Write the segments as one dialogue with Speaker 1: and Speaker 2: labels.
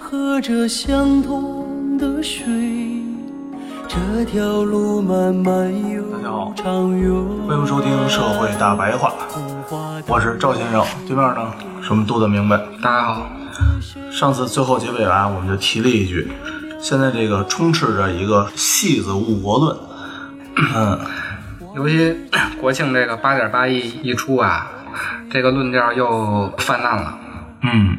Speaker 1: 喝着相同的水，这条路漫漫又
Speaker 2: 大家好
Speaker 1: 长远。
Speaker 2: 欢迎收听《社会大白话》，我是赵先生，对面呢是我们杜的明白。大家好，上次最后结尾啊完，我们就提了一句，现在这个充斥着一个戏子误国论，
Speaker 3: 尤其 国庆这个八点八亿一出啊，这个论调又泛滥了。
Speaker 2: 嗯，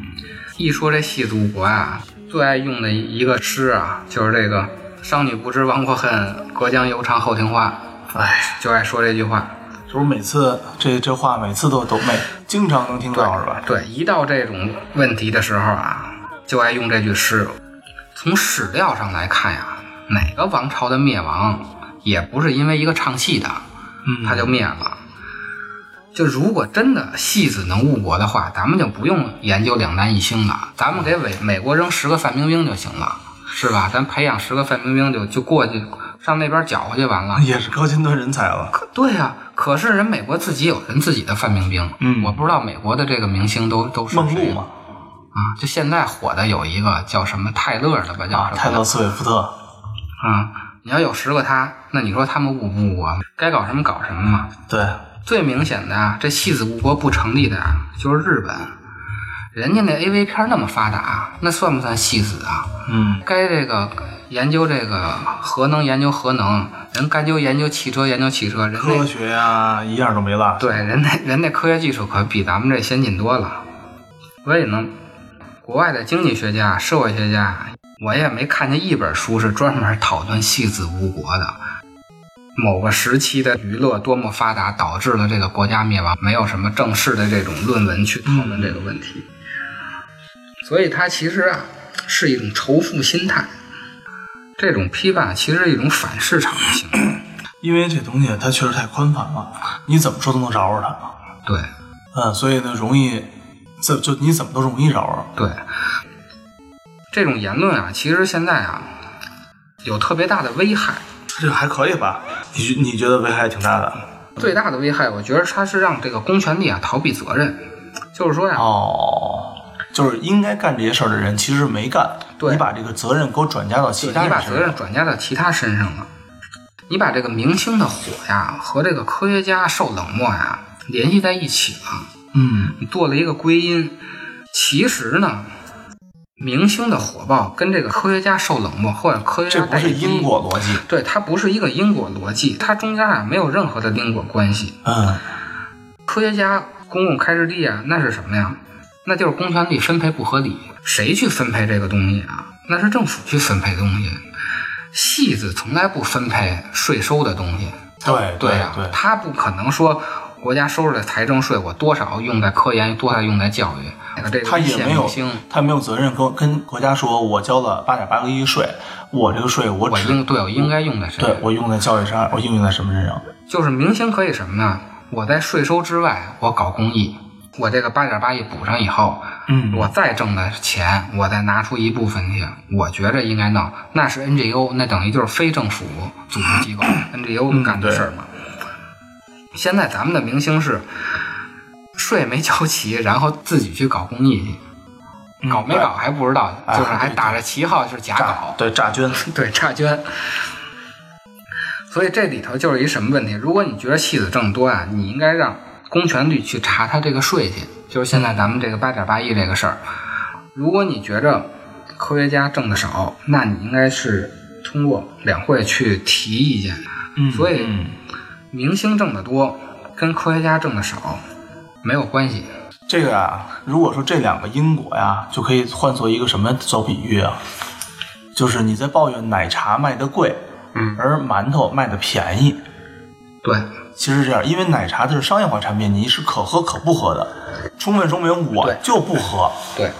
Speaker 3: 一说这戏祖国啊，最爱用的一个诗啊，就是这个“商女不知亡国恨，隔江犹唱后庭花
Speaker 2: 哎，”，
Speaker 3: 就爱说这句话。
Speaker 2: 就是每次这这话每次都都每经常能听到是吧？
Speaker 3: 对，一到这种问题的时候啊，就爱用这句诗。从史料上来看呀，哪个王朝的灭亡也不是因为一个唱戏的，
Speaker 2: 嗯
Speaker 3: 他就灭了。就如果真的戏子能误国的话，咱们就不用研究两弹一星了，咱们给美美国扔十个范冰冰就行了，是吧？咱培养十个范冰冰就就过去上那边搅和去完了。
Speaker 2: 也是高薪端人才了。
Speaker 3: 可对呀、可是人美国自己有人自己的范冰冰，
Speaker 2: 嗯
Speaker 3: 我不知道美国的这个明星都都是
Speaker 2: 梦
Speaker 3: 谁
Speaker 2: 露嘛，
Speaker 3: 啊，就现在火的有一个叫什么泰勒的吧，叫
Speaker 2: 啊
Speaker 3: 什，么
Speaker 2: 泰勒·斯威夫特，
Speaker 3: 啊，你要有十个他，那你说他们误不误国？该搞什么搞什么嘛。
Speaker 2: 对，
Speaker 3: 最明显的啊，这戏子误国不成立的啊，就是日本，人家那 AV 片那么发达，啊那算不算戏子啊？
Speaker 2: 嗯，
Speaker 3: 该这个研究这个核能研究核能，人该究研究汽车研究汽车，人
Speaker 2: 科
Speaker 3: 那
Speaker 2: 学呀、一样都没落。
Speaker 3: 对人那人那科学技术可比咱们这先进多了。所以呢，国外的经济学家、社会学家，我也没看见一本书是专门讨论戏子误国的。某个时期的娱乐多么发达，导致了这个国家灭亡，没有什么正式的这种论文去讨论这个问题。所以它其实啊是一种仇富心态，这种批判其实是一种反市场的行为。
Speaker 2: 因为这东西它确实太宽泛了，你怎么说都能饶着它。
Speaker 3: 对，
Speaker 2: 嗯，所以呢，容易，这就你怎么都容易饶着。
Speaker 3: 对，这种言论啊，其实现在啊有特别大的危害。
Speaker 2: 这还可以吧？你觉你觉得危害挺大的？
Speaker 3: 最大的危害，我觉得它是让这个公权力啊逃避责任，就是说呀、
Speaker 2: 哦，就是应该干这些事儿的人其实没干，
Speaker 3: 对
Speaker 2: 你把这个责任给我转嫁到其
Speaker 3: 你
Speaker 2: 他
Speaker 3: 把
Speaker 2: 人
Speaker 3: 责
Speaker 2: 身上。
Speaker 3: 任转嫁到其他身上了。你把这个明星的火呀和这个科学家受冷漠呀联系在一起了，
Speaker 2: 嗯，
Speaker 3: 你做了一个归因。其实呢，明星的火爆跟这个科学家受冷漠或者科学
Speaker 2: 这
Speaker 3: 家
Speaker 2: 不
Speaker 3: 带
Speaker 2: 是因
Speaker 3: 低
Speaker 2: 果逻辑。
Speaker 3: 对，它不是一个因果逻辑，它中间啊没有任何的因果关系。
Speaker 2: 嗯，
Speaker 3: 科学家公共开支地啊，那是什么呀？那就是公权力分配不合理，谁去分配这个东西啊？那是政府去分配东西，戏子从来不分配税收的东西。
Speaker 2: 对
Speaker 3: 对啊呀、
Speaker 2: 对，
Speaker 3: 他不可能说国家收入的财政税，我多少用在科研，多少用在教育。哪个这个
Speaker 2: 他
Speaker 3: 一
Speaker 2: 也
Speaker 3: 线
Speaker 2: 没有
Speaker 3: 明星，
Speaker 2: 他没有责任跟跟国家说，我交了八点八个亿税，我这个税我
Speaker 3: 我
Speaker 2: 只
Speaker 3: 应对我应该用在谁？
Speaker 2: 对我用在教育上，我应用在什么身上？
Speaker 3: 就是明星可以什么呢？我在税收之外，我搞公益，我这个八点八亿补上以后，
Speaker 2: 嗯
Speaker 3: 我再挣的钱，我再拿出一部分去，我觉着应该弄，那是 NGO，那等于就是非政府组 织机构
Speaker 2: 嗯
Speaker 3: NGO 干的事儿嘛。现在咱们的明星是税没 交齐，然后自己去搞公益去，搞没搞还不知道，
Speaker 2: 嗯哎
Speaker 3: 就是还
Speaker 2: 对
Speaker 3: 打着旗号是假搞
Speaker 2: 诈，对诈捐，
Speaker 3: 对 差捐。所以这里头就是一什么问题？如果你觉得戏子挣多啊，你应该让公权力去查他这个税去，就是现在咱们这个八点八亿这个事儿。如果你觉着科学家挣的少，那你应该是通过两会去提意见。
Speaker 2: 嗯
Speaker 3: 所以
Speaker 2: 嗯
Speaker 3: 明星挣得多跟科学家挣的少没有关系，
Speaker 2: 这个啊，如果说这两个因果呀，就可以换作一个什么做比喻啊？就是你在抱怨奶茶卖的贵，
Speaker 3: 嗯，
Speaker 2: 而馒头卖的便宜。
Speaker 3: 对
Speaker 2: 其实是这样，因为奶茶它是商业化产品，你是可喝可不喝的。充分说明我
Speaker 3: 对
Speaker 2: 就不喝，
Speaker 3: 对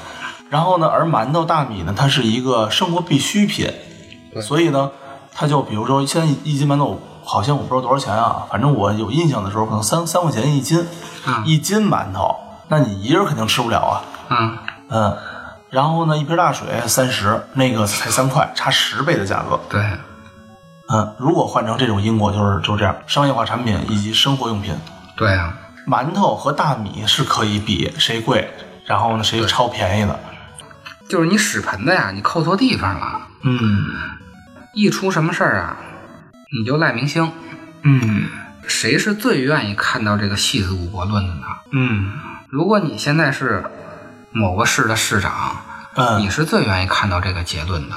Speaker 2: 然后呢，而馒头、大米呢，它是一个生活必需品，
Speaker 3: 对
Speaker 2: 所以呢，它就比如说现在一斤馒头好像我不知道多少钱啊，反正我有印象的时候可能三三块钱一斤，
Speaker 3: 嗯
Speaker 2: 一斤馒头，那你一人肯定吃不了啊，
Speaker 3: 嗯，
Speaker 2: 嗯，然后呢，一瓶大水三十，那个才三块，差十倍的价格。
Speaker 3: 对，
Speaker 2: 嗯，如果换成这种英国就是就这样，商业化产品以及生活用品，
Speaker 3: 对啊，
Speaker 2: 馒头和大米是可以比谁贵，然后呢谁超便宜的。
Speaker 3: 就是你屎盆子呀，你扣错地方了，
Speaker 2: 嗯
Speaker 3: 一出什么事儿啊，你就赖明星。
Speaker 2: 嗯
Speaker 3: 谁是最愿意看到这个戏子误国论的呢？
Speaker 2: 嗯
Speaker 3: 如果你现在是某个市的市长，你
Speaker 2: 嗯，
Speaker 3: 是最愿意看到这个结论的。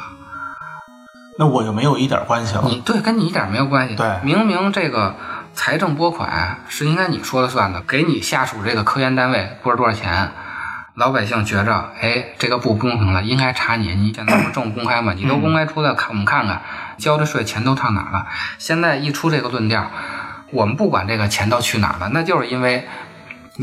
Speaker 2: 那我就没有一点关系了。
Speaker 3: 你嗯对，跟你一点没有关系。
Speaker 2: 啊对
Speaker 3: 明明这个财政拨款是应该你说了算的，给你下属这个科研单位拨多少钱，老百姓觉着，哎，这个不公平了，应该查你。你现在不是正公开吗？
Speaker 2: 嗯
Speaker 3: 你都公开出来，看我们看看，交的税钱都上哪儿了？现在一出这个论调，我们不管这个钱都去哪儿了，那就是因为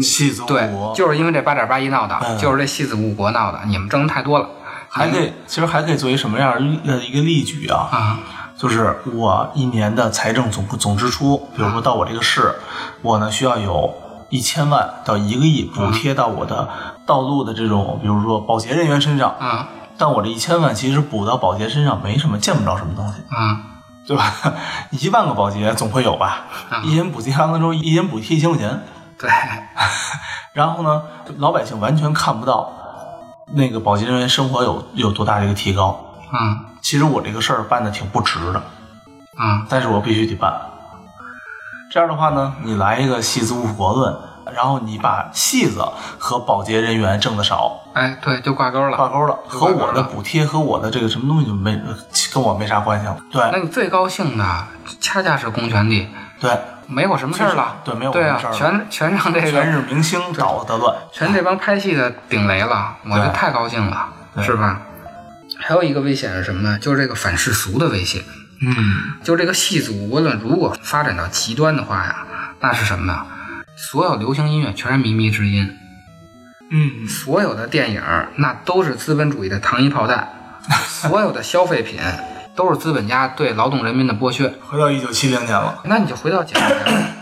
Speaker 2: 戏子误
Speaker 3: 对，
Speaker 2: 国，
Speaker 3: 就是因为这八点八亿闹的，
Speaker 2: 嗯
Speaker 3: 就是这戏子误国闹的，你们挣得太多了
Speaker 2: 还可
Speaker 3: 嗯
Speaker 2: 以，其实还可以作为什么样的一个例举啊？
Speaker 3: 啊，
Speaker 2: 就是我一年的财政总总支出，比如说到我这个市，我呢需要有一千万到一个亿补贴到我的道路的这种，比如说保洁人员身上。
Speaker 3: 啊
Speaker 2: 但我这一千万其实补到保洁身上没什么，见不着什么东西，
Speaker 3: 啊，
Speaker 2: 对吧？ 一万个保洁总会有吧？
Speaker 3: 嗯
Speaker 2: 一人补贴完了之后，一人补贴一千块钱，
Speaker 3: 对，
Speaker 2: 然后呢，老百姓完全看不到那个保洁人员生活有有多大的一个提高。
Speaker 3: 啊
Speaker 2: 其实我这个事儿办的挺不值的。
Speaker 3: 啊，
Speaker 2: 但是我必须得办。这样的话呢，你来一个戏子误国论，然后你把戏子和保洁人员挣的少
Speaker 3: 哎，对，就挂钩
Speaker 2: 挂
Speaker 3: 了。
Speaker 2: 钩了，和
Speaker 3: 挂钩了
Speaker 2: 我的补贴和我的这个什么东西就没跟我没啥关系了。
Speaker 3: 那
Speaker 2: 对
Speaker 3: 你最高兴的恰恰是公权力，
Speaker 2: 对，
Speaker 3: 没我什么事儿了，
Speaker 2: 对没有我
Speaker 3: 对啊
Speaker 2: 什，么事儿
Speaker 3: 全全让这个
Speaker 2: 全是明星捣的乱。
Speaker 3: 全这帮拍戏的顶雷了，我就
Speaker 2: 对
Speaker 3: 太高兴了，
Speaker 2: 对
Speaker 3: 是吧？还有一个危险是什么呢？就是这个反世俗的危险。
Speaker 2: 嗯
Speaker 3: 就这个戏组，无论如果发展到极端的话呀，那是什么呢？所有流行音乐全是靡靡之音，
Speaker 2: 嗯，
Speaker 3: 所有的电影儿那都是资本主义的糖衣炮弹， 所有的消费品都是资本家对劳动人民的剥削。
Speaker 2: 回到一九七零年了，
Speaker 3: 那你就回到简单点，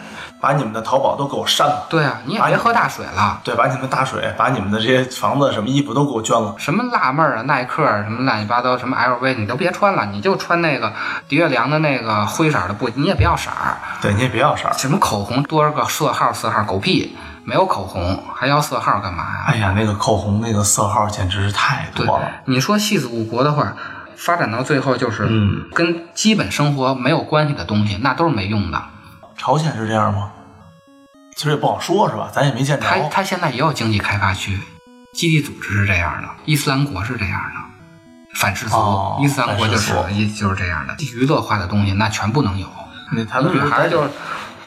Speaker 2: 把你们的淘宝都给我删了。
Speaker 3: 对啊，你也别喝大水了，
Speaker 2: 对，把你们的大水，把你们的这些房子、什么衣服都给我捐了。
Speaker 3: 什么辣妹儿啊、耐克啊，什么乱七八糟，什么 LV，你都别穿了，你就穿那个迪月良的那个灰色儿的布，你也不要色儿。
Speaker 2: 对，你也别要色儿。
Speaker 3: 什么口红多少个色号色号狗屁，没有口红还要色号干嘛呀？
Speaker 2: 哎呀，那个口红那个色号简直是太多
Speaker 3: 对
Speaker 2: 了。，
Speaker 3: 你说戏子误国的话，发展到最后就是
Speaker 2: 嗯
Speaker 3: 跟基本生活没有关系的东西，那都是没用的。
Speaker 2: 朝鲜是这样吗？其实也不好说，是吧？咱也没见着。
Speaker 3: 它它现在也有经济开发区，基地组织是这样的，伊斯兰国是这样的，反世俗，
Speaker 2: 哦
Speaker 3: 伊斯兰国就是
Speaker 2: 反世
Speaker 3: 一就是这样的，娱乐化的东西那全不能有。
Speaker 2: 那他
Speaker 3: 女孩就是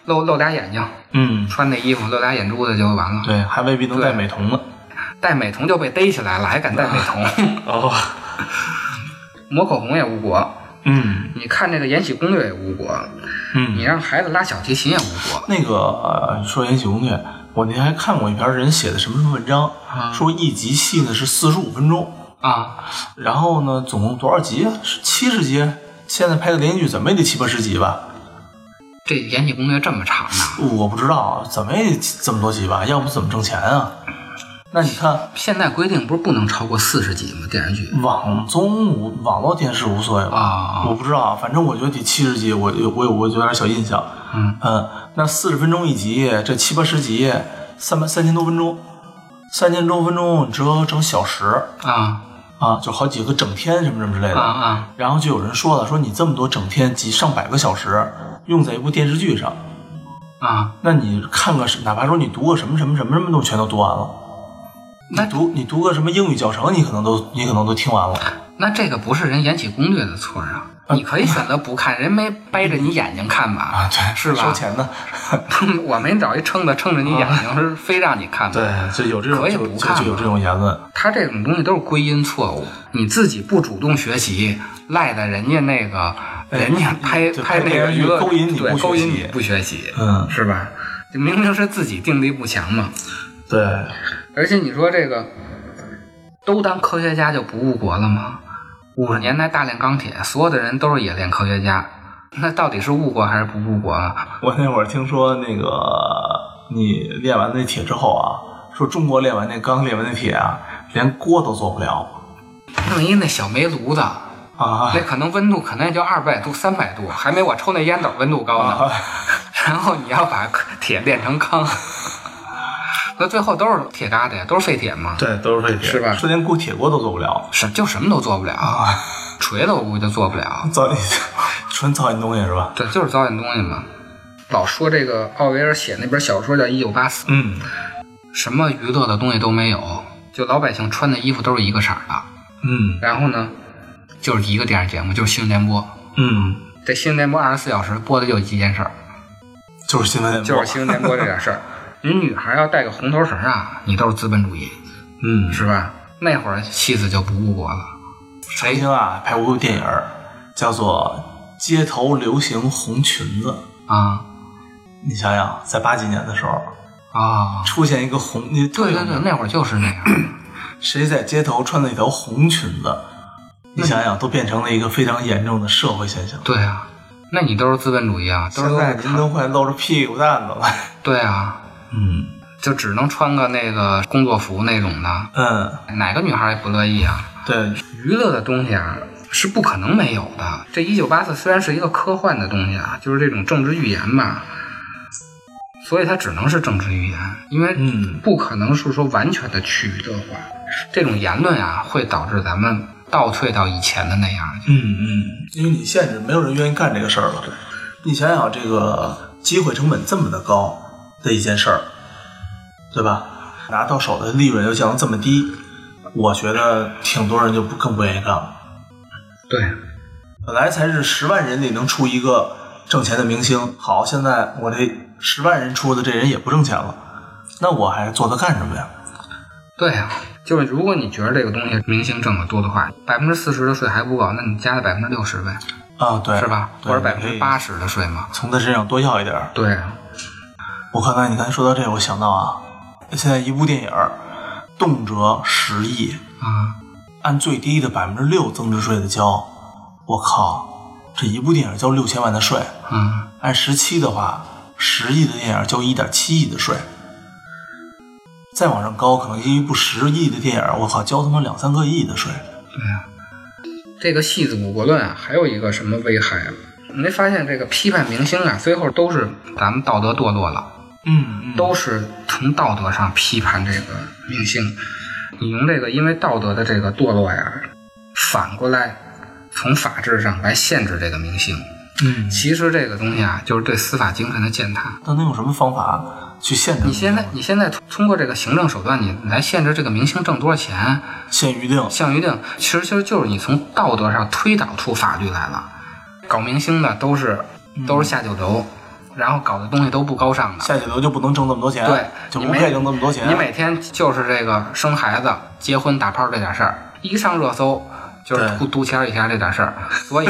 Speaker 3: 露露俩眼睛，
Speaker 2: 嗯，
Speaker 3: 穿那衣服露俩眼珠子就完了。
Speaker 2: 对，还未必能戴美瞳呢。
Speaker 3: 戴美瞳就被逮起来了，还敢戴美瞳？
Speaker 2: 哦，
Speaker 3: 抹口红也无果，
Speaker 2: 嗯
Speaker 3: 你看这个《延禧攻略》也无果，
Speaker 2: 嗯，
Speaker 3: 你让孩子拉小提琴也无果。
Speaker 2: 那个呃，说《延禧攻略》，我那天还看过一篇人写的什么什么文章，说一集戏呢是四十五分钟，
Speaker 3: 啊，
Speaker 2: 然后呢总共多少集啊？是七十集？现在拍个连续剧怎么也得七八十集吧？
Speaker 3: 这《延禧攻略》这么长呢？
Speaker 2: 我不知道啊，怎么也得这么多集吧？要不怎么挣钱啊？那你看
Speaker 3: 现在规定不是不能超过四十集吗？电视剧
Speaker 2: 网综无网络电视无所谓吧？
Speaker 3: 啊，
Speaker 2: 我不知道啊，反正我觉得得七十集，我有我有我有点小印象。
Speaker 3: 嗯
Speaker 2: 那四十分钟一集，这七八十集，三百三千多分钟，三千多分钟折成小时
Speaker 3: 啊
Speaker 2: 啊，就好几个整天什么什么之类
Speaker 3: 啊
Speaker 2: 的。
Speaker 3: 啊，
Speaker 2: 然后就有人说了，说你这么多整天集上百个小时用在一部电视剧上，
Speaker 3: 啊，
Speaker 2: 那你看个什哪怕说你读个什么什么什么什么东西全都读完了。
Speaker 3: 那
Speaker 2: 你读你读个什么英语教程，你可能都你可能都听完了。
Speaker 3: 那这个不是人《延禧攻略》的错啊，你可以选择不看，人没掰着你眼睛看吧？
Speaker 2: 对，
Speaker 3: 啊是 吧
Speaker 2: 收钱呢？
Speaker 3: 我没找一撑的撑着你眼睛，是非让你看吧？
Speaker 2: 啊对，就有这种
Speaker 3: 可以
Speaker 2: 就
Speaker 3: 不
Speaker 2: 就
Speaker 3: 看
Speaker 2: 就有
Speaker 3: 嘛
Speaker 2: 这种言论。
Speaker 3: 他这种东西都是归因错误，你自己不主动学习，赖在人家那个人家拍
Speaker 2: 哎就
Speaker 3: 拍
Speaker 2: 拍
Speaker 3: 那
Speaker 2: 电
Speaker 3: 个
Speaker 2: 视
Speaker 3: 娱
Speaker 2: 剧
Speaker 3: 乐，
Speaker 2: 勾引你
Speaker 3: 对
Speaker 2: 不学
Speaker 3: 勾引
Speaker 2: 习
Speaker 3: 你不学习，
Speaker 2: 嗯
Speaker 3: 是吧？就明明是自己定力不强嘛。
Speaker 2: 对，
Speaker 3: 而且你说这个都当科学家就不误国了吗？五十年代大炼钢铁，所有的人都是冶炼科学家，那到底是误国还是不误国啊呢？
Speaker 2: 我那会儿听说那个你练完那铁之后啊，说中国练完那钢炼完那铁啊，连锅都做不了
Speaker 3: 弄一那小煤炉子，
Speaker 2: 啊
Speaker 3: 那可能温度可能也就二百度、三百度，还没我抽那烟斗温度高呢。
Speaker 2: 啊！
Speaker 3: 然后你要把铁炼成钢，那最后都是铁疙瘩呀，都是废铁嘛，
Speaker 2: 对，都是废铁，
Speaker 3: 是吧
Speaker 2: 说连锅铁锅都做不了
Speaker 3: 什就什么都做不了，
Speaker 2: 啊，
Speaker 3: 锤子我估计就做不 了，
Speaker 2: 造纯造点东西是吧？
Speaker 3: 对，就是糟践东西嘛。老说这个奥威尔写那本小说叫《一九八四》，
Speaker 2: 嗯，
Speaker 3: 什么娱乐的东西都没有，就老百姓穿的衣服都是一个色儿的。
Speaker 2: 嗯
Speaker 3: 然后呢，就是一个电视节目，就是新闻联播。
Speaker 2: 嗯，
Speaker 3: 这新闻联播二十四小时播的就一件事儿，
Speaker 2: 就是新闻联
Speaker 3: 就
Speaker 2: 播
Speaker 3: 是新闻联播这点事儿。 你女孩要戴个红头绳啊，你都是资本主义，
Speaker 2: 嗯，
Speaker 3: 是吧？那会儿戏子就不误国了。
Speaker 2: 曾
Speaker 3: 谁
Speaker 2: 经啊拍过部电影儿叫做《街头流行红裙子》，
Speaker 3: 啊
Speaker 2: 你想想，在八几年的时候
Speaker 3: 啊？
Speaker 2: 出现一个红，你特
Speaker 3: 对
Speaker 2: 有
Speaker 3: 对对，那会儿就是那样。
Speaker 2: 谁在街头穿了一条红裙子，你想想，都变成了一个非常严重的社会现象。
Speaker 3: 对啊，那你都是资本主义啊，都
Speaker 2: 现在
Speaker 3: 是
Speaker 2: 您都快露着屁股蛋子了。
Speaker 3: 对啊。
Speaker 2: 嗯
Speaker 3: 就只能穿个那个工作服那种的，
Speaker 2: 嗯，
Speaker 3: 哪个女孩也不乐意啊。
Speaker 2: 对，
Speaker 3: 娱乐的东西啊，是不可能没有的。这一九八四虽然是一个科幻的东西啊，就是这种政治预言吧，所以它只能是政治预言，因为
Speaker 2: 嗯
Speaker 3: 不可能是说完全的去娱乐化。这种言论啊，会导致咱们倒退到以前的那样。
Speaker 2: 嗯嗯，因为你限制，没有人愿意干这个事儿了。你想想，这个机会成本这么的高的一件事儿，对吧？拿到手的利润又降到这么低，我觉得挺多人就不更不愿意干了。
Speaker 3: 对，
Speaker 2: 本来才是十万人里能出一个挣钱的明星，好，现在我这十万人出的这人也不挣钱了，那我还做它干什么呀？
Speaker 3: 对啊，就是如果你觉得这个东西明星挣得多的话，百分之四十的税还不够，那你加到百分之六十呗，
Speaker 2: 啊，对，
Speaker 3: 是吧？
Speaker 2: 对
Speaker 3: 或者百分之，
Speaker 2: 你可
Speaker 3: 八
Speaker 2: 以
Speaker 3: 十的税嘛。
Speaker 2: 从他身上多要一点儿。
Speaker 3: 对，啊
Speaker 2: 我刚才你刚才说到这，我想到啊，现在一部电影儿动辄十亿，
Speaker 3: 啊，
Speaker 2: 按最低的百分之六增值税的交，我靠，这一部电影交六千万的税，
Speaker 3: 嗯，
Speaker 2: 按十七的话，十亿的电影交一点七亿的税，再往上高，可能一部十亿的电影，我靠，交他妈两三个亿的税。
Speaker 3: 这个戏子五国论啊，还有一个什么危害啊？你没发现这个批判明星啊，最后都是咱们道德堕落了，
Speaker 2: 嗯
Speaker 3: 都是从道德上批判这个明星。你用这个因为道德的这个堕落呀，反过来从法制上来限制这个明星。
Speaker 2: 嗯，
Speaker 3: 其实这个东西啊，就是对司法精神的践踏。
Speaker 2: 那能用什么方法去限制？
Speaker 3: 你现在你现在通过这个行政手段，你来限制这个明星挣多少钱，
Speaker 2: 限娱令，
Speaker 3: 项羽令其实其实就是你从道德上推导出法律来了。搞明星的都是都是下九流，然后搞的东西都不高尚的。
Speaker 2: 下几流就不能挣这么多钱，
Speaker 3: 对，
Speaker 2: 就
Speaker 3: 你
Speaker 2: 不
Speaker 3: 每
Speaker 2: 配挣这么多钱。
Speaker 3: 你每天就是这个生孩子、结婚、打炮这点事儿，一上热搜就是
Speaker 2: 对
Speaker 3: 吐毒钱儿一下这点事儿， 所以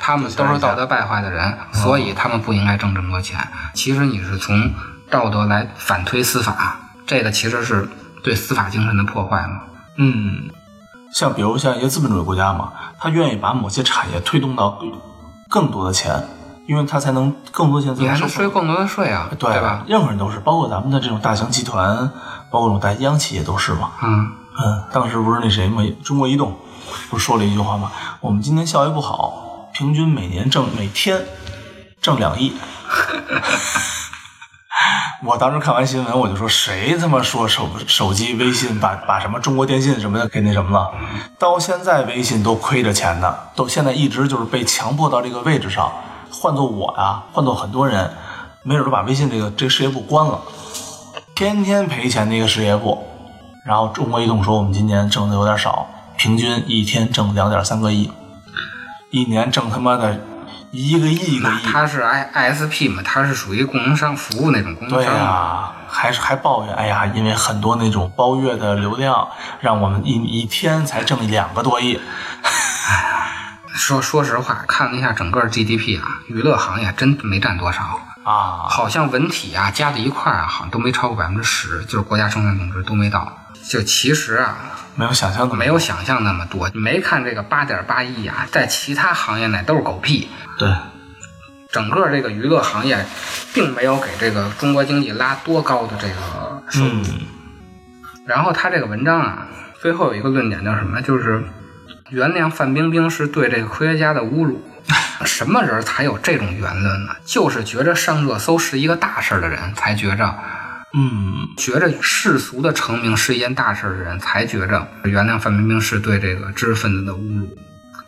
Speaker 3: 他们都是道德败坏的人，所以他们不应该挣这么多钱。其实你是从道德来反推司法，这个其实是对司法精神的破坏嘛。
Speaker 2: 嗯，像比如像一些资本主义国家嘛，他愿意把某些产业推动到更多的钱，因为他才能更多钱才
Speaker 3: 你还
Speaker 2: 能
Speaker 3: 是
Speaker 2: 收
Speaker 3: 税
Speaker 2: 回。
Speaker 3: 更多的税啊，
Speaker 2: 对
Speaker 3: 对吧？
Speaker 2: 任何人都是，包括咱们的这种大型集团，包括这种大央企也都是嘛。
Speaker 3: 嗯。
Speaker 2: 嗯，当时不是那谁嘛，中国移动不是说了一句话嘛，我们今年效益不好，平均每年挣每天挣两亿。 我当时看完新闻，我就说谁他妈说手手机微信把把什么中国电信什么的给那什么了？到现在微信都亏着钱呢，都现在一直就是被强迫到这个位置上。换做我呀、换做很多人，没准都把微信这个这个事业部关了，天天赔钱的一个事业部。然后中国移动说我们今年挣的有点少，平均一天挣两点三个亿，一年挣他妈的一个亿一个
Speaker 3: 那
Speaker 2: 亿。
Speaker 3: 他是 I ISP 嘛，他是属于供应商服务那种供应
Speaker 2: 对
Speaker 3: 商
Speaker 2: 呀、
Speaker 3: 嘛。
Speaker 2: 还是还抱怨，哎呀，因为很多那种包月的流量，让我们一一天才挣两个多亿。
Speaker 3: 说说实话，看了一下整个 GDP 啊，娱乐行业真没占多少。
Speaker 2: 啊，
Speaker 3: 好像文体啊加在一块儿啊，好像都没超过百分之十，就是国家生产总值都没到。就其实啊，
Speaker 2: 没有想象的
Speaker 3: 没有想象那么多。你没看这个八点八亿啊，在其他行业内都是狗屁。
Speaker 2: 对，
Speaker 3: 整个这个娱乐行业，并没有给这个中国经济拉多高的这个收入。
Speaker 2: 嗯
Speaker 3: 然后他这个文章啊，最后有一个论点叫什么？就是原谅范冰冰是对这个科学家的侮辱。什么人才有这种言论呢？就是觉着上热搜是一个大事儿的人，才觉着
Speaker 2: 嗯，
Speaker 3: 觉着世俗的成名是一件大事儿的人，才觉着原谅范冰冰是对这个知识分子的侮辱。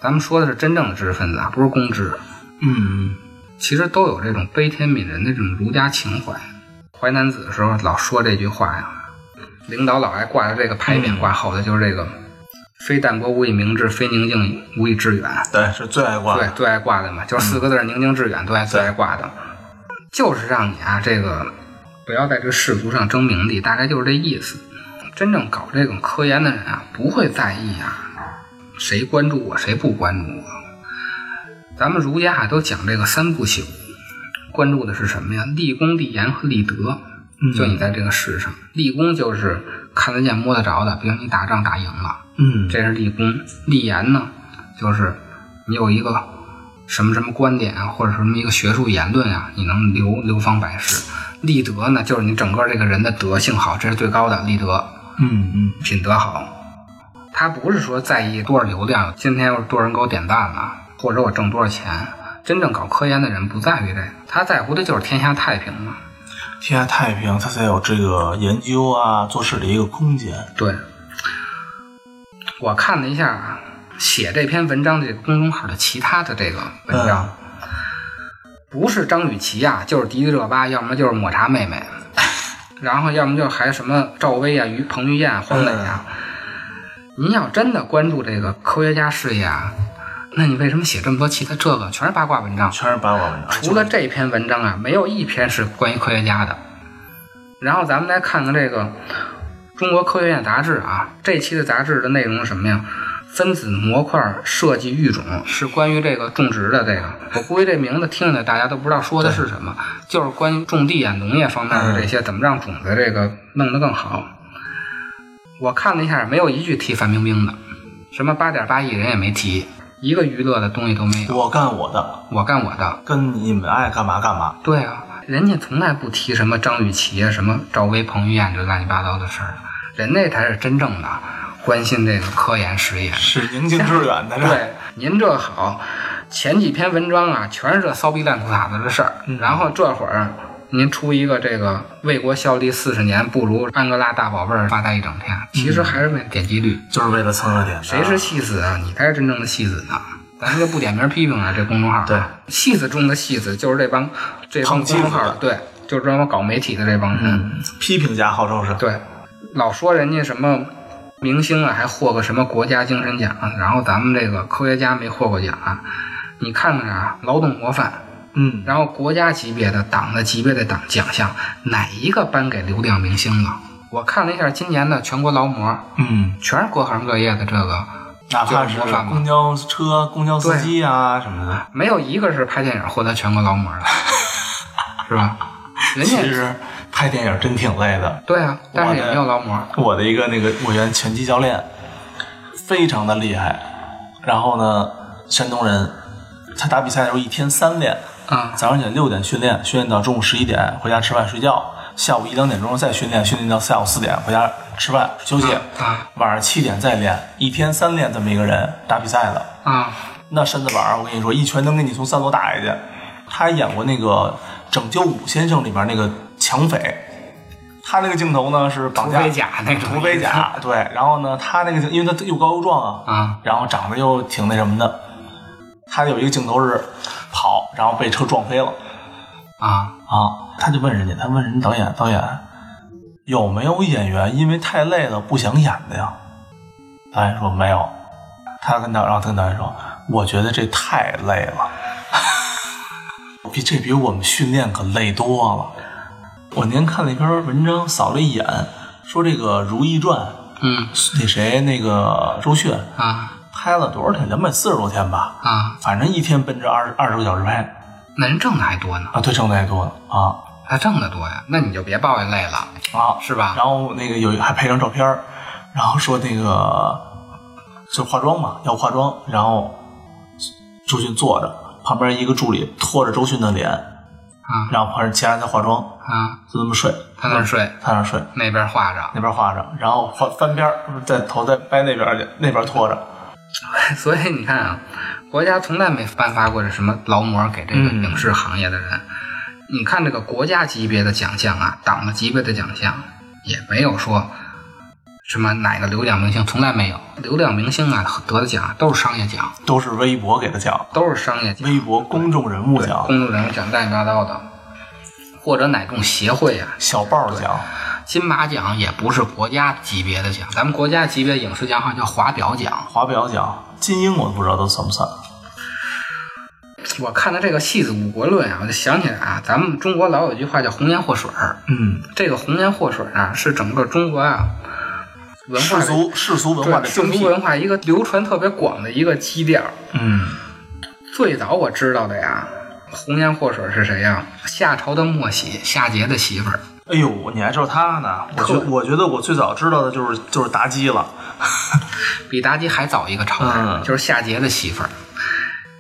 Speaker 3: 咱们说的是真正的知识分子啊，不是公知。
Speaker 2: 嗯，
Speaker 3: 其实都有这种悲天悯人的这种儒家情怀。淮南子的时候老说这句话呀，领导老爱挂着这个牌匾挂后头，就是这个“非淡泊无以明志，非宁静无以致远
Speaker 2: 对，是最爱”，挂
Speaker 3: 对
Speaker 2: 的，，嗯
Speaker 3: 最爱挂的嘛，就是四个字儿“宁静致远”，最爱最爱挂的，就是让你啊这个不要在这世俗上争名利，大概就是这意思。真正搞这种科研的人啊，不会在意啊谁关注我，谁不关注我。咱们儒家啊都讲这个三不朽，关注的是什么呀？立功、立言和立德。
Speaker 2: 嗯
Speaker 3: 就你在这个世上，立功就是看得见、摸得着的，比如你打仗打赢了，
Speaker 2: 嗯，
Speaker 3: 这是立功。立言呢，就是你有一个什么什么观点啊，或者什么一个学术言论啊，你能流流芳百世。立德呢，就是你整个这个人的德性好，这是最高的立德。
Speaker 2: 嗯嗯
Speaker 3: 品德好。他不是说在意多少流量，今天有多少人给我点赞了，或者我挣多少钱。真正搞科研的人不在于这个，他在乎的就是天下太平嘛。
Speaker 2: 天下太平，它才有这个研究啊、做事的一个空间。
Speaker 3: 对，我看了一下写这篇文章的这个公众号的其他的这个
Speaker 2: 哎
Speaker 3: 文章，
Speaker 2: 嗯
Speaker 3: 不是张雨绮啊，就是迪丽热巴，要么就是抹茶妹妹， 然后要么就还什么赵薇啊、于彭于晏啊、黄磊啊。您要真的关注这个科学家事业啊，那你为什么写这么多其他这个全是八卦文章？
Speaker 2: 全是八卦文章，
Speaker 3: 除了这篇文章啊，没有一篇是关于科学家的。然后咱们再看看这个《中国科学院杂志》啊，这期的杂志的内容是什么呀？分子模块设计育种是关于这个种植的这个，我估计这名字听着大家都不知道说的是什么，就是关于种地啊、农业方面的这些怎么让种子这个弄得更好。我看了一下，没有一句提范冰冰的，什么八点八亿人也没提，一个娱乐的东西都没有。
Speaker 2: 我干我的，
Speaker 3: 我干我的，
Speaker 2: 跟你们爱干嘛干嘛。
Speaker 3: 对啊，人家从来不提什么张雨绮啊、什么赵薇、彭于晏这乱七八糟的事儿，啊人那才是真正的关心这个科研实业。
Speaker 2: 是宁静致远 的，这
Speaker 3: 对，您这好，前几篇文章啊，全是这骚逼烂裤衩子的事儿，然后这会儿。您出一个这个为国效力四十年，不如安哥拉大宝贝儿发呆一整天，其实还是为点击率。
Speaker 2: 就是为了蹭热点的。
Speaker 3: 谁是戏子啊？你才是真正的戏子呢！咱就不点名批评了、这公众号。啊
Speaker 2: 对，
Speaker 3: 戏子中的戏子就是这帮这帮
Speaker 2: 捧基
Speaker 3: 公
Speaker 2: 子
Speaker 3: 众号，对，就是专门搞媒体的这帮人。
Speaker 2: 嗯，批评家号召是，
Speaker 3: 对，老说人家什么明星啊，还获个什么国家精神奖，然后咱们这个科学家没获过奖啊。你看看啊，劳动模范，
Speaker 2: 嗯，
Speaker 3: 然后国家级别的、党的级别的党奖项，哪一个颁给流量明星了？我看了一下今年的全国劳模，
Speaker 2: 嗯，
Speaker 3: 全是各行各业的这个
Speaker 2: 哪怕是
Speaker 3: 就是模范嘛
Speaker 2: 公交车、公交司机啊什么的，
Speaker 3: 没有一个是拍电影获得全国劳模的，是吧？人
Speaker 2: 其
Speaker 3: 家
Speaker 2: 实拍电影真挺累的。
Speaker 3: 对啊，但是也没有劳模。
Speaker 2: 我的一个那个我原拳击教练，非常的厉害。然后呢，山东人，他打比赛的时候一天三练，
Speaker 3: 啊、
Speaker 2: 早上起来六点训练，训练到中午十一点，回家吃饭睡觉。下午一两点钟再训练，训练到下午四点，回家吃饭休息。
Speaker 3: 啊
Speaker 2: 晚上七点再练，一天三练这么一个人打比赛的。
Speaker 3: 啊！
Speaker 2: 那身子板儿，我跟你说，一拳能给你从三楼打下去。他还演过那个《拯救武先生》里边那个抢匪，他那个镜头呢是绑
Speaker 3: 涂
Speaker 2: 架
Speaker 3: 盔甲那种
Speaker 2: 涂盔甲，对。然后呢，他那个因为他又高又壮啊，
Speaker 3: 啊，
Speaker 2: 然后长得又挺那什么的，他有一个镜头是跑，然后被车撞飞了
Speaker 3: 啊
Speaker 2: 啊。他就问人家，他问人家导演，导演有没有演员因为太累了不想演的呀？导演说没有。他跟导，然后他跟导演说，我觉得这太累了， 比这比我们训练可累多了。我那天看了一篇文章，扫了一眼，说这个《如懿传》，
Speaker 3: 嗯
Speaker 2: 那谁那个周迅
Speaker 3: 啊
Speaker 2: 拍了多少天？两百四十多天吧，
Speaker 3: 啊
Speaker 2: 反正一天奔着二二十个小时拍。
Speaker 3: 那人挣的还多呢，
Speaker 2: 啊，对，挣的还多啊
Speaker 3: 他挣的多呀，那你就别抱怨累了，
Speaker 2: 啊，
Speaker 3: 是吧？
Speaker 2: 然后那个有还配张照片儿，然后说那个就化妆嘛，要化妆，然后周迅坐着，旁边一个助理拖着周迅的脸，
Speaker 3: 啊
Speaker 2: 然后旁边其他人在化妆，
Speaker 3: 啊，
Speaker 2: 就那么睡，
Speaker 3: 他那儿睡，
Speaker 2: 他那睡，
Speaker 3: 那边画着，
Speaker 2: 那边画着，然后翻翻边儿，再头再掰那边儿去，那边拖着，
Speaker 3: 所以你看啊，国家从来没颁发过这什么劳模给这个
Speaker 2: 嗯
Speaker 3: 影视行业的人。你看这个国家级别的奖项啊，党的级别的奖项也没有说什么哪个流量明星，从来没有。流量明星啊得的奖都是商业奖，
Speaker 2: 都是微博给的奖，
Speaker 3: 都是商业奖，
Speaker 2: 微博公众人物奖，
Speaker 3: 公众人物奖乱七八糟的，或者哪种协会啊，
Speaker 2: 小报奖，
Speaker 3: 金马奖也不是国家级别的奖，咱们国家级别影视奖好像叫华表奖。
Speaker 2: 华表奖，金鹰我都不知道都算不算，
Speaker 3: 我看到这个《戏子五国论》啊，我就想起来啊，咱们中国老有一句话叫“红颜祸水”。儿
Speaker 2: 嗯，”。
Speaker 3: 这个“红颜祸水”儿啊，是整个中国啊文化
Speaker 2: 世
Speaker 3: 的
Speaker 2: 俗世俗文化的
Speaker 3: 对世
Speaker 2: 精
Speaker 3: 俗
Speaker 2: 辟，
Speaker 3: 文化一个流传特别广的一个基调。
Speaker 2: 嗯，
Speaker 3: 最早我知道的呀，“红颜祸水”是谁呀？夏朝的末喜，夏桀的媳妇儿。
Speaker 2: 哎呦，你还知道他呢？我觉
Speaker 3: 特
Speaker 2: 我觉得我最早知道的就是就是妲己了，
Speaker 3: 比妲己还早一个朝代，
Speaker 2: 嗯
Speaker 3: 就是夏桀的媳妇儿。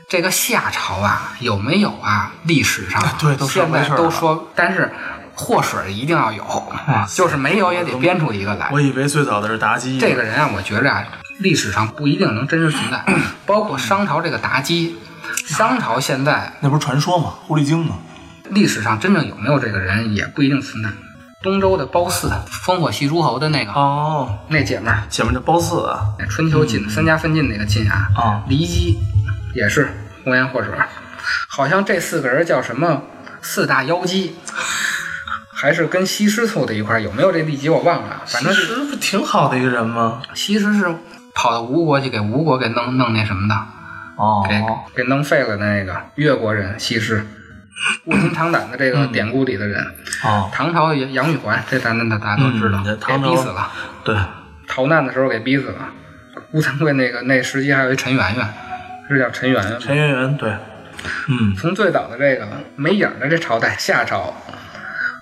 Speaker 3: 这个夏朝啊，有没有啊？历史上、
Speaker 2: 哎对都说
Speaker 3: 现在
Speaker 2: 没事儿
Speaker 3: 都
Speaker 2: 了
Speaker 3: 说，但是祸水一定要有，啊
Speaker 2: 哎
Speaker 3: 就是没有也得编出一个来。
Speaker 2: 我以为最早的是妲己，
Speaker 3: 这个人啊，我觉着啊，历史上不一定能真实存在，
Speaker 2: 嗯
Speaker 3: 包括商朝这个妲己，商朝现在
Speaker 2: 那不是传说吗？狐狸精吗？
Speaker 3: 历史上真正有没有这个人也不一定存在。东周的褒姒，烽火戏诸侯的那个、
Speaker 2: 哦，
Speaker 3: 那姐们儿，
Speaker 2: 姐们儿叫褒姒啊，
Speaker 3: 春秋晋三家分晋那个晋啊，
Speaker 2: 啊，
Speaker 3: 骊姬也是红颜祸水，啊好像这四个人叫什么四大妖姬，还是跟西施凑在一块儿？有没有这秘籍我忘了，啊反正
Speaker 2: 其
Speaker 3: 是
Speaker 2: 实不挺好的一个人吗？
Speaker 3: 西施是跑到吴国去给吴国给弄弄那什么的，
Speaker 2: 哦，
Speaker 3: 给、给弄废了的那个越国人西施，卧薪尝胆的这个典故里的人。
Speaker 2: 哦，
Speaker 3: 唐朝杨杨玉环，这咱咱大家都知道，
Speaker 2: 嗯这
Speaker 3: 给
Speaker 2: 唐朝
Speaker 3: 逼死了，
Speaker 2: 对，
Speaker 3: 逃难的时候给逼死了。乌藤贵那个那时期还有一陈圆圆，是叫陈圆圆吗？
Speaker 2: 陈圆圆对，嗯，
Speaker 3: 从最早的这个没影儿的这朝代夏朝，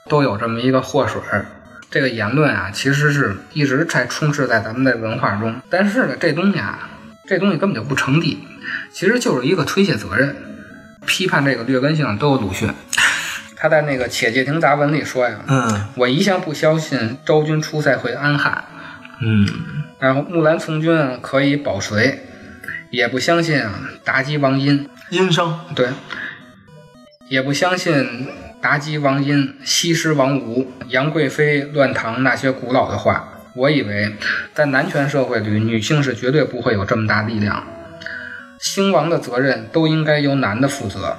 Speaker 3: 都有这么一个祸水儿。这个言论啊，其实是一直在充斥在咱们的文化中。但是呢，这东西啊，这东西根本就不成立，其实就是一个推卸责任、批判这个劣根性都有鲁迅。他在那个《且介亭杂文》里说呀
Speaker 2: 嗯：“
Speaker 3: 我一向不相信昭君出塞回安汉，
Speaker 2: 嗯，
Speaker 3: 然后木兰从军啊可以保隋，也不相信啊妲己王殷
Speaker 2: 殷商
Speaker 3: 对，也不相信妲己、王殷、西施、王吴、杨贵妃、乱唐那些古老的话。我以为在男权社会里，女性是绝对不会有这么大力量，兴亡的责任都应该由男的负责。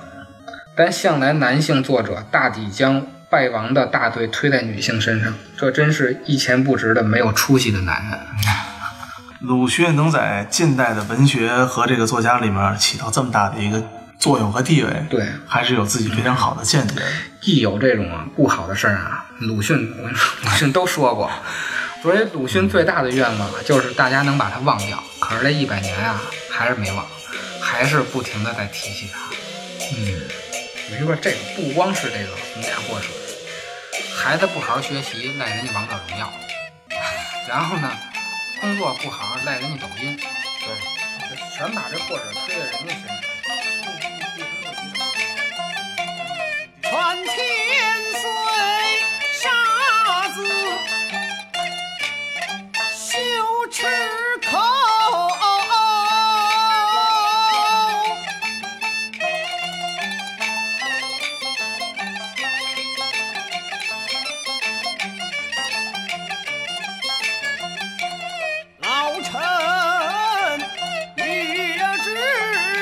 Speaker 3: 但向来男性作者大抵将败亡的大罪推在女性身上，这真是一钱不值的没有出息的男人。
Speaker 2: 鲁迅能在近代的文学和这个作家里面起到这么大的一个作用和地位，
Speaker 3: 对，
Speaker 2: 还是有自己非常好的见解的。
Speaker 3: 一有这种啊不好的事儿啊，鲁迅我跟你说，鲁迅都说过，所以鲁迅最大的愿望啊，就是大家能把它忘掉。可是这一百年啊，还是没忘，还是不停的在提起它。
Speaker 2: 嗯，
Speaker 3: 我就说这个不光是这个红颜祸水，孩子不好好学习赖人家王者荣耀，然后呢，工作不好好赖人家抖音，对，全把这祸水推在人家身上。
Speaker 4: 传千岁杀子，羞耻口。老臣也知。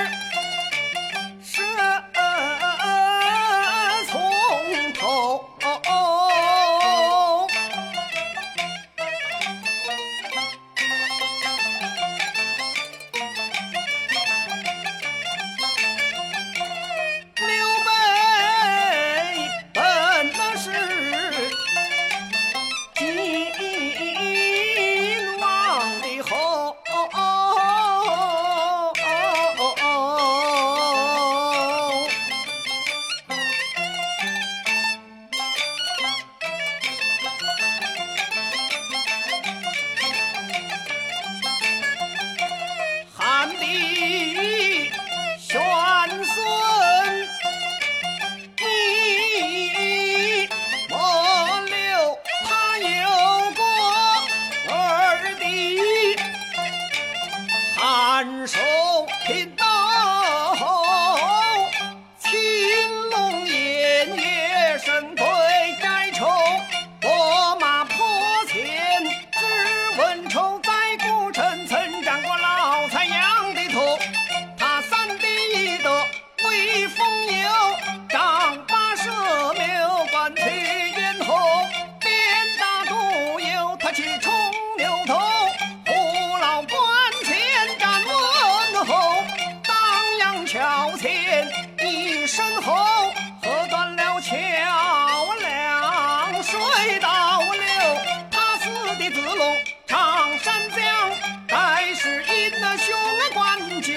Speaker 4: 反坡，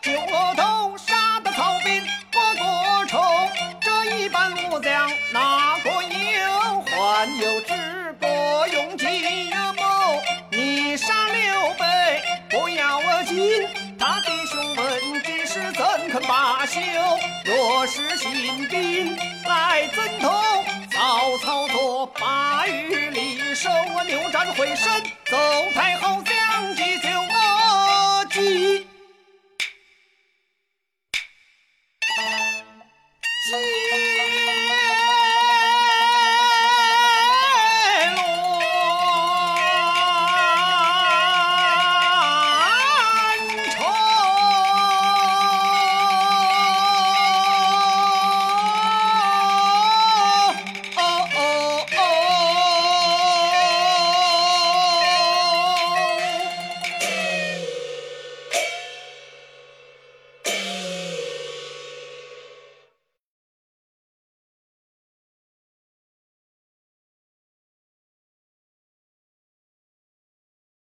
Speaker 4: 九恶斗，杀得曹兵个个愁。这一般武将哪个有？还有治国用计岳某，你杀刘备不要我紧，他的兄文只是怎肯罢休？若是新兵来怎头？曹操做把玉里手，我扭转回身，走太后将计就计。